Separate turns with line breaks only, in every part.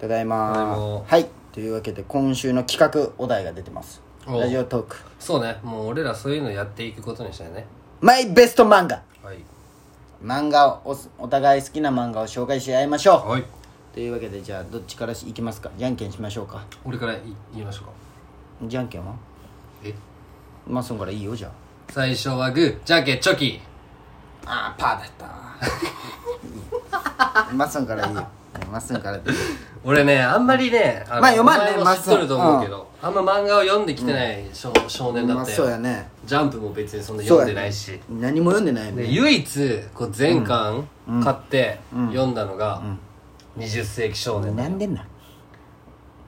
ただいま
ただいま
はいというわけで今週の企画お題が出てます
お
ラジオトーク
そうねもう俺らそういうのやっていくことにしたよね
マイベスト漫画
はい
漫画をおすお互い好きな漫画を紹介し合いましょ
は
い
い
うというわけでじゃあどっちからしいきますかじゃんけんしましょうか
俺からい言いましょうか
じゃんけんは
え
マッソンからいいよじゃ
最初はグーじゃんけんチョキあーパー だった
あマッソンからいいよマッソンからでいいよ
俺ねあんまりねあの
まあ読まんね
お前も知っとると思うけど、あんま漫画を読んできてない少,、少年だ
まあ
った
そう
よ
やね
ジャンプも別にそんな読んでないし、
何も読んでないよ
で
ね
唯一こう全巻買って読んだのが「20世紀少年」
なんでんな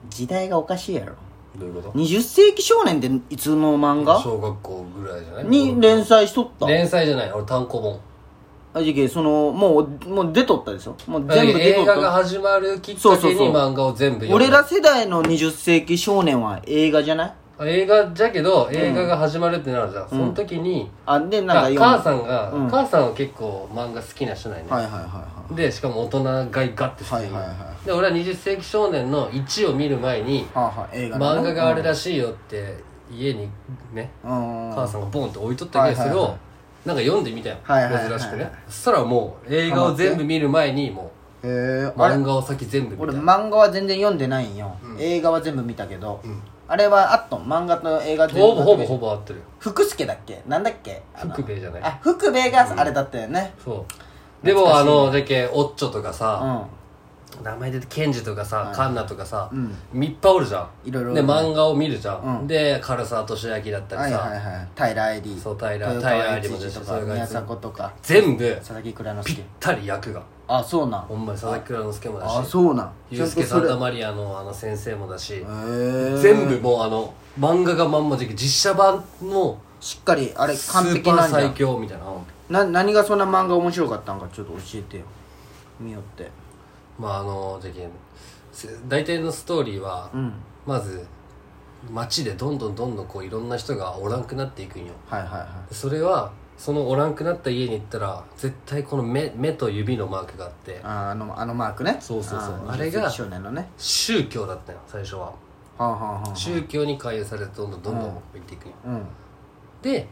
時代がおかしいやろ
どういうこと
20世紀少年っていつの漫画
小学校ぐらいじゃない
に連載しとった
連載じゃない俺単行本
あじゃけそのもうもう出とったでしょもう全部出と
映
った
画が始まるきっ
そう
か
そう
けに
そう
漫画を全部読
俺
む
ら世代の20世紀少年は映画じゃない
あ映画じゃけど映画が始まるってなるじゃんその時に
あで
だか
な
ら
んか
母
は
さんが母さんは結構漫画好きな人なんや
い
ね
はいはいは
でしかも大人買いガッてする
はいはいは
で俺は20世紀少年の1を見る前に
いはあはあ映画
漫画があれらしいよって家にね
うん
母さんがボンって置いとったけどそれ
はいはいは
をなんか読んでみたよ
はいはいはい
珍しくねそしたらもう映画を全部見る前にも
へえ
う
あれ
漫画を先全部見
俺
た
漫画は全然読んでないんよ
うん
映画は全部見たけど
うん
あれはあっとん漫画と映画全部
ほぼほぼほぼ合ってるよ
福助だっけなんだっけあの
福兵衛じゃない
あ福兵衛があれだったよね
そうでもあのだけオッチョとか
う
さ
ん
名前出てケンジとかさカンナとかさ
うん
いっぱいおるじゃん
いろいろ
で漫画を見るじゃ
うん
んで唐沢俊明だった
は
り
いはい
さ
はい平愛理
そう平
豊
平
川
愛理
悦
も出
司
て
と
そ
か
れが
宮迫とか
全部
佐々木蔵之
ぴ
介
ったり役が
あそうなん
ほんまに佐々木蔵之介もだ
あ
し
そうなん
ユースケ・
ちゃ
サ
ん
ン
と
タマリアのあの先生もだし、
それへえ
全部もうあの漫画がまんまじゃけ実写版の
しっかりあれ
ス
完
ー
璧
パ
な
ー
んじゃ
最
ん
強みたいなうん
な何がそんな漫画面白かったんかちょっと教えてよ見よって
まああのじゃけせ大体のストーリーは、
うん
まず街でどんどんどんどんこういろんな人がおらんくなっていくんよ
はいはいは
それはそのおらんくなった家に行ったら絶対この目目と指のマークがあって
いああのあのマークね
そうそうそう
あー
あれが
20世紀少年のね
宗教だったよ最初は
はあはあはあ
宗教に勧誘されてどんどんどんどん行っていくんよ
うん
で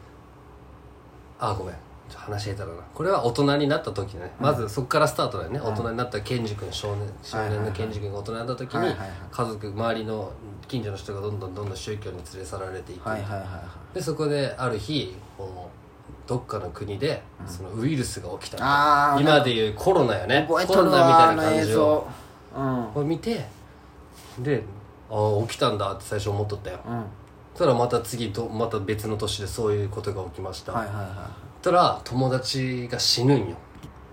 あごめんちょっと話し得たらなこれは大人になった時ね、まずそこからスタートだよね、大人になった健二君少年少年の健二君が大人になった時
はいは
に
いはい
家族周りの近所の人がどんどんどんどん宗教に連れ去られていく、
はいはいはいはい
でそこである日このどっかの国でそのウイルスが起きた、
ああ
今でいうコロナよねコ
覚えとる
ロ
わ
ナ
あ
み
の
たいな
映
感じを
像うん
を見てでああ起きたんだって最初思っとったよ
うん
そしたらまた次とまた別の年でそういうことが起きました、
はいはいはい
そしたら友達が死ぬんよ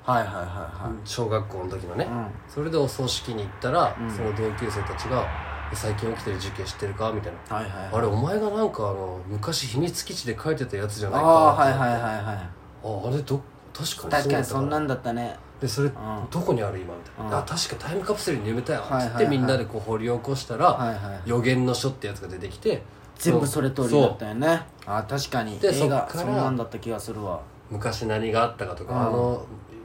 はいはいはいはい
小学校の時のね、
うん
それでお葬式に行ったら、その同級生たちが「え最近起きてる事件知ってるか?」みたいな
はいはい
「
はい
あれお前がなんかあの昔秘密基地で書いてたやつじゃない
あ
か」
あはいはい
あ
はいはい
あれど確かに
確かにそ
そうんだった
なんだったね
でそれ、どこにある今みたいな、
うん
あ確かタイムカプセルに埋めたよ、
はいはいはい
つってみんなでこう掘り起こしたら、
はいはい
予言の書ってやつが出てきて
全部それ通りだ
そ
っ
う
たよねあ確かに
で
映画
そ
そ
っ
ん
から
なんだった気がするわ
昔何があったかとか、あの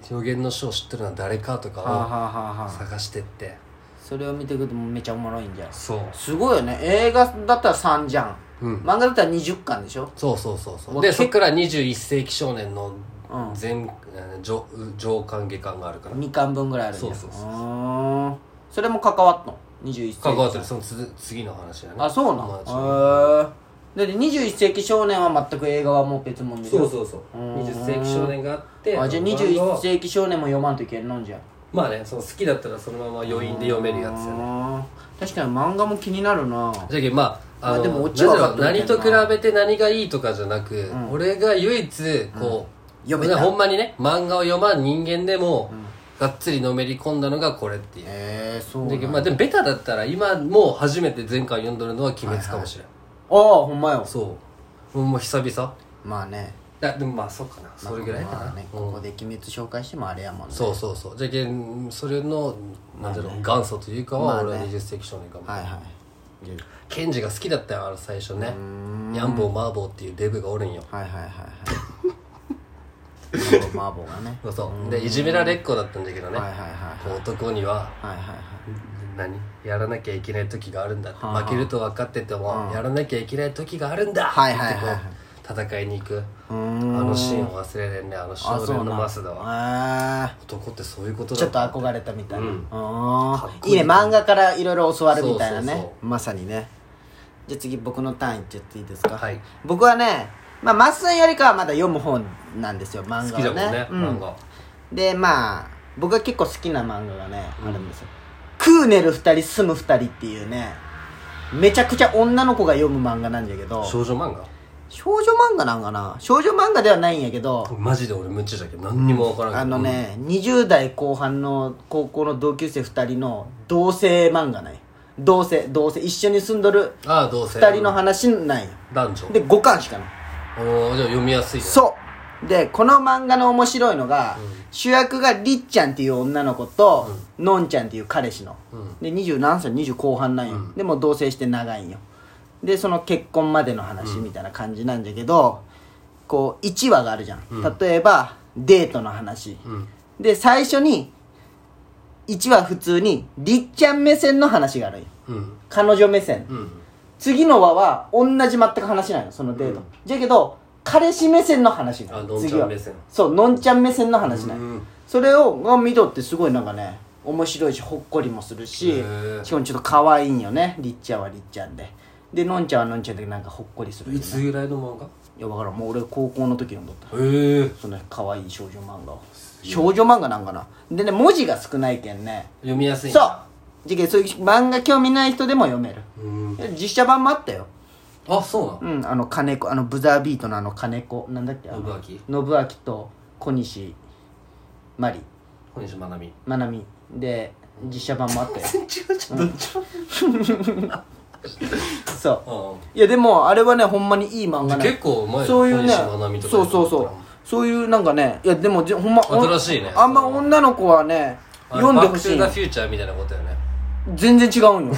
予言の書を知ってるのは誰かと
はあ、は
か
あはあ
を
はあ、
探してって
それを見てくるともうめちゃおもろいんじゃん
そう
すごいよね映画だったら3じゃん、
うん
漫画だったら20巻でしょ
そうそうそう
う
そ
わ
うで
結
そっから21世紀少年の
うん
全、えー上上巻下巻があるから
2巻分ぐらいあるんじゃん
そうそうそう
ーんそれも関わっとん21世紀
関わってるそのつ次の話だね
あそうな
友
の
達の
へえだって21世紀少年は全く映画はもう別物でしょ
そうそうそう20世紀少年があって
あじゃあ
その漫画は
21世紀少年も読まんといけんのんじゃん
まあねその好きだったらそのまま余韻で読めるやつよね
あー確かに漫画も気になるな
じゃけんまああ
まあ
の
でもオ
ラ
チ
ジ
は
オ
分かっとるけ
何
ど
と
な
比べて何がいいとかじゃなく、俺が唯一こう、
うん読めた
ほんまにね漫画を読まん人間でも、がっつりのめり込んだのがこれっていう、
ええそうな
だ
ん
け
だ
どまあでもベタだったら今もう初めて前回読んどるのは「鬼滅」かもしれん、
ああほんまよ
そうもう久々
まあね
だでもまあそうかなそれぐらいかな、
まあね、ここで鬼滅紹介してもあれやもんね
そうそうそうじゃけんそれのなんだろう、元祖というかは俺は20世紀少年かも、
はいはいで
ケンジが好きだったよあの 最初ねヤンボーマーボーっていうデブがおるんよ
はいはいはいはいマーボーがね
そうでいじめられっ子だったんだけどね、
はいはいはい
こう男には
はいはいはい
何やらなきゃいけない時があるんだって
はあはあ
負けると分かってても、
うん
やらなきゃいけない時があるんだってこう、
はいはいはいはい
戦いに行く
う
あ
ーん
のシーンを忘れれんねあの少
あそう
年の
な
マスダは
あ
男ってそういうこと
ー
だ
ちょっと憧れたみたいな、
うん
あ
かっ
ー
こい
い
い
いね漫画からいろいろ教わるみたいなね
そうそう
まさにねじゃあ次僕の単位いっちゃっていいですか
はい
僕はねまあマスさんよりかはまだ読む方なんですよ漫画はね
好きだもんね、
うん
漫画
でまあ僕が結構好きな漫画がね、あるんですよ「クーネル二人住む二人」っていうねめちゃくちゃ女の子が読む漫画なんだけど
少女漫画
少女漫画なんかな少女漫画ではないんやけど
マジで俺無知だけど何にも分からんけど
あのね、20代後半の高校の同級生2人の同性漫画ない同性同性一緒に住んどる
ああどうせ
2人の話ない
男女
で5巻しかない
おーじゃあ読みやすいね
そうでこの漫画の面白いのが、主役がりっちゃんっていう女の子と、のんちゃんっていう彼氏の、で20何歳20後半なんよ、でもう同棲して長いんよでその結婚までの話みたいな感じなんじゃけど、こう1話があるじゃん、例えばデートの話、
ん
で最初に1話普通にりっちゃん目線の話があるんよ
うん
彼女目線、
うん
次の輪は同じ全く話ないのそのデート、じゃけど彼氏目線の話な
あ
の
のん
次
ちゃ
は
ん目線
そうのんちゃん目線の話ない、
うん
それをが見とってすごいなんかね面白いしほっこりもする
へ
し
ー
しかもちょっと可愛いんよねりっちゃんはりっちゃんででのんちゃんはのんちゃんでなんかほっこりするよ
い
ね
つぐらいの漫画
いやわからんもう俺高校の時読んどった
へえ
その可愛い少女漫画を少女漫画なんかなでね文字が少ないけんね
読みやすいん
そう
だ
じゃけそういう漫画興味ない人でも読める
うん
実写版もあったよ
あそうなの
うん、あの金子あのブザービートのあの金子なんだっけあの信
信
明と小西真理
小西まなみ
まなみで実写版もあった よ
違うちょっとちょっ
そ
と
ういやでもあれはねほんまにいい漫
じ
画
ゃあ
ね
結構前
そういうね
小西まなみとか
そうそうそうそういうなんかねいやでもじほんまおん
新しいね
あんま女の子はね読んでほしい
バッ
よ
クトゥーザフューチャーみたいなことよね
全然違うん よ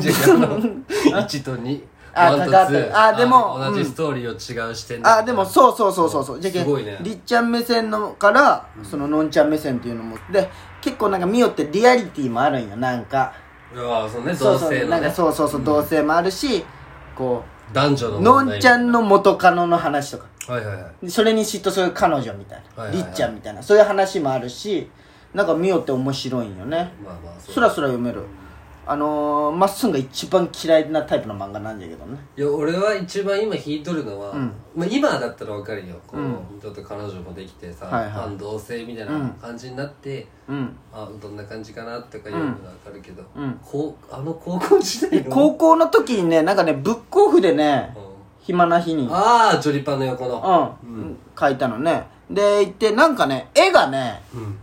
じゃああの1と2
あ
1
関
と
わって
2
あでも
の同
うん
じストーリーを違う視点
あでもそうそうそうそうそうじゃけ
すごいね
りっちゃん目線のからそののんちゃん目線っていうのもで結構なんか見よってリアリティもあるんよなんか
うわそうね
そ
同
うそうな
性の
んか
ね
そうそうそう同性もあるし、こ
男女
う
の
のんちゃ
ん
んの元カノの話とか
はいはいはい
それに嫉妬する彼女みたいな、
はいはいはい
りっちゃんみたいなそういう話もあるしなんか見よって面白いんよね
まあまあそう
スラスラ読めるあのー、まっすんが一番嫌いなタイプの漫画なんだけどね
いや俺は一番今引いとるのは、まあ、今だったらわかるよこう、ちょっと彼女もできてさ、
はいはい
反同性みたいな感じになって、
うん
あどんな感じかなとかいうのがわかるけど、
うん
こうあの高校時代の、
高校の時にねなんかねブックオフでね
う
暇な日に
んああジョリパンの横の
うん、書いたのねで行ってなんかね絵がね
うん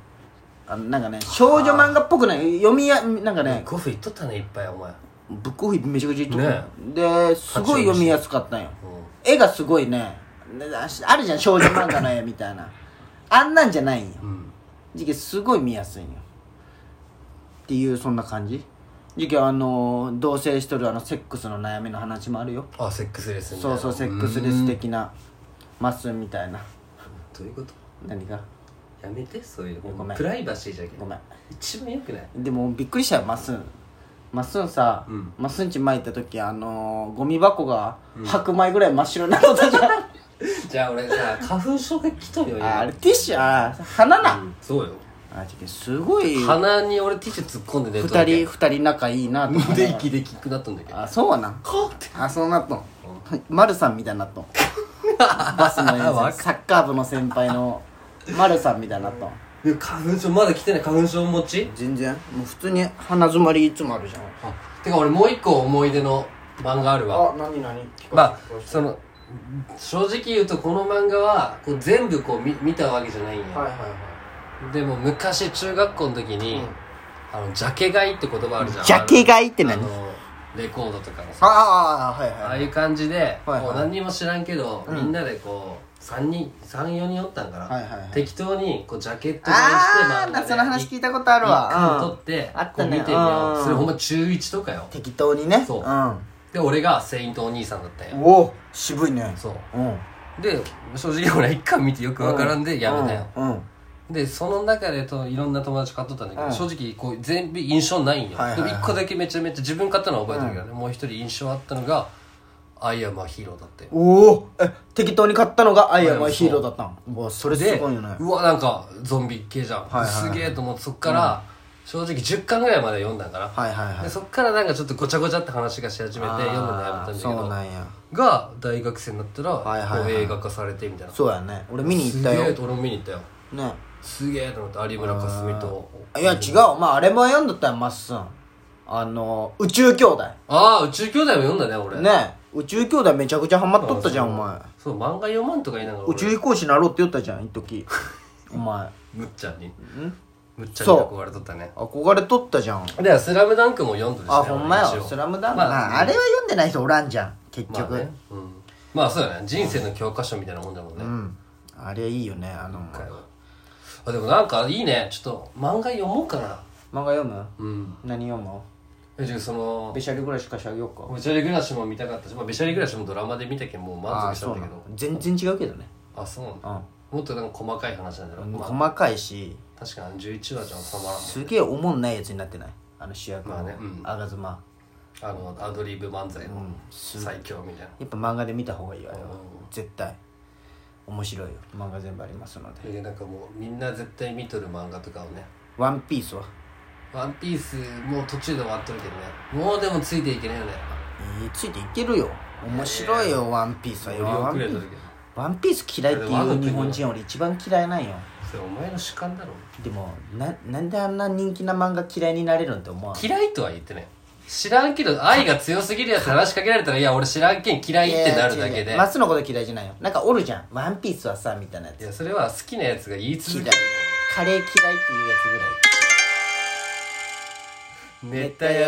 あのなんかね少女漫画っぽくない読みやなんかね
ゴフ行っとったねいっぱいお前、
ブックオフめちゃくちゃ行って
ね
たですごい読みやすかったんよ絵がすごいねであしあるじゃん少女漫画の絵みたいな あんなんじゃないんよ
うんうん、
時期すごい見やすいんよっていうそんな感じ時期あのー同棲しとるあのセックスの悩みの話もあるよ
あセックスレスみたい
そ
な
うそうセックスレス的なまっすーみたいな
どういうこと
何が
やめてそういう
ごめん
プライバシーじゃけ
ごめん
一番よくない
でもびっくりしたよまっすんまっすんさ、
うん
まっすんち前行った時あのーゴミ箱が白米 ぐらい真っ白になっとったじゃん、
じゃあ俺さ花粉症が来とるよ今
ああれティッシュあー花な、
うんそうよ
あちょっとすごい二
鼻に俺ティッシュ突っ込んで寝とる
人二人仲いいなと思っ
人
て
で息できくなったんだけど
あそうはな
カーって
あそうなっとん丸さんみたいになっ とんバスの
わ
遠征サッカー部の先輩の丸さんみたいになっとん
え花粉症まだ来てない花粉症持ち
全然もう普通に鼻詰まりいつもあるじゃん
あてか俺もう一個思い出の漫画あるわ
あ何何
まあその正直言うとこの漫画はこう全部こう見見たわけじゃないんや、
はいはいは
でも昔中学校の時に、あのジャケ買いって言葉あるじゃん
ジャケ買いって何
あのレコードとかのさ
ああはい
あ
は
あ
い
いう感じで、
はい
もう何にも知らんけど、みんなでこう3人34人おったんかな、
はいはいはい
適当にこうジャケットにして
あ
真ん
あ
中で
その話聞いたことあるわう
一巻
ん
取って
あったね
こう見てみよ
う
うんそれほんま中1とかよ
適当にね
そうんで俺がセイントお兄さんだったんよ
おお渋いね
そう
うん
で正直俺一巻見てよくわからんでやめたよ、
うん、うん
でその中でといろんな友達買っとったんだけど、
うん
正直こう全部印象ないんよ、
はいはいはい
でも1個だけめちゃめちゃ自分買ったのは覚えてるけどね、もう一人印象あったのが「アイアムアヒーロー」だって
おおえ適当に買ったのがアイアムアヒーローだったんうわそれす
で
ごいよね
うわなんかゾンビ系じゃん、
いはいはい
すげえと思ってそっから、正直10巻ぐらいまで読んだんから、
はいはいはい
でそっからなんかちょっとごちゃごちゃって話がし始めて読むのやめたんだけ
あーそう
ど
なんや
が大学生になったら、
はいはいはい
こう映画化されてみたいな
そうやね俺見に行
す
った
げえ
よ
と俺も見に行ったよ
ね
すげえと思って有村架純と
いや違うまああれも読んだったよまっすんあの宇宙兄弟
ああ宇宙兄弟も読んだね俺
ね宇宙兄弟めちゃくちゃハマっとったじゃんお前
そう漫画読まんとか言いながら
宇宙飛行士なろうって言ったじゃん一 時お前
むっちゃんにむっちゃんに
そう
憧れとったね
憧れとったじゃん
では「スラムダンクも読んどるしね
あほんま
俺
よ「
一応
スラムダンク、
まあ
まあ、あれは読んでない人おらんじゃん結
まあ
局、
ねうんまあそうだね人生の教科書みたいなもんだもんね、
うんあれいいよねあの
今回はあでもなんかいいねちょっと漫画読もうかな
漫画読む
うん
何読む
えじゃあその
べしゃりぐらいしかしあげようか
ベシャリ暮らしも見たかったし、まあ、ベシャリ暮らしもドラマで見たけんもう満
あ
足した
そ
ん
うな
だけど
の全然違うけどね
あそうなん
う
だ
ん
もっとなんか細かい話なんだろう、ま
細かいし
あ、確かに11話じゃ収まらんもん
すげえおもんないやつになってないあの主役
まあ
の
ねうん
あがずま
あのアドリブ漫才の最強みたい
や
な、
っぱ漫画で見た方がいいわあれは
うん
絶対面白いよ漫画全部ありますので
でなんかもうみんな絶対見とる漫画とかをね
「ワンピースは
「ワンピースもう途中で終わっとるけどねもうでもついていけないよね
えーついていけるよ面白いよ「ワンピースは
乗り
よワ
遅
ンピ
れと
ー
る
ス
けど
ワンピース嫌いっていう日本人俺一番嫌いなんよ
それお前の主観だろ
でもななんであんな人気な漫画嫌いになれるんって思わん
嫌いとは言ってね知らんけど愛が強すぎるやつ話しかけられたらいや俺知らんけん嫌いってなるだけで
マスのこと嫌いじゃないよなんかおるじゃん「ワンピースはさ」みたいなや
い
つ
やそれは好きなやつが言い続
嫌い
け
カレー嫌いっていうやつぐらい
る熱帯夜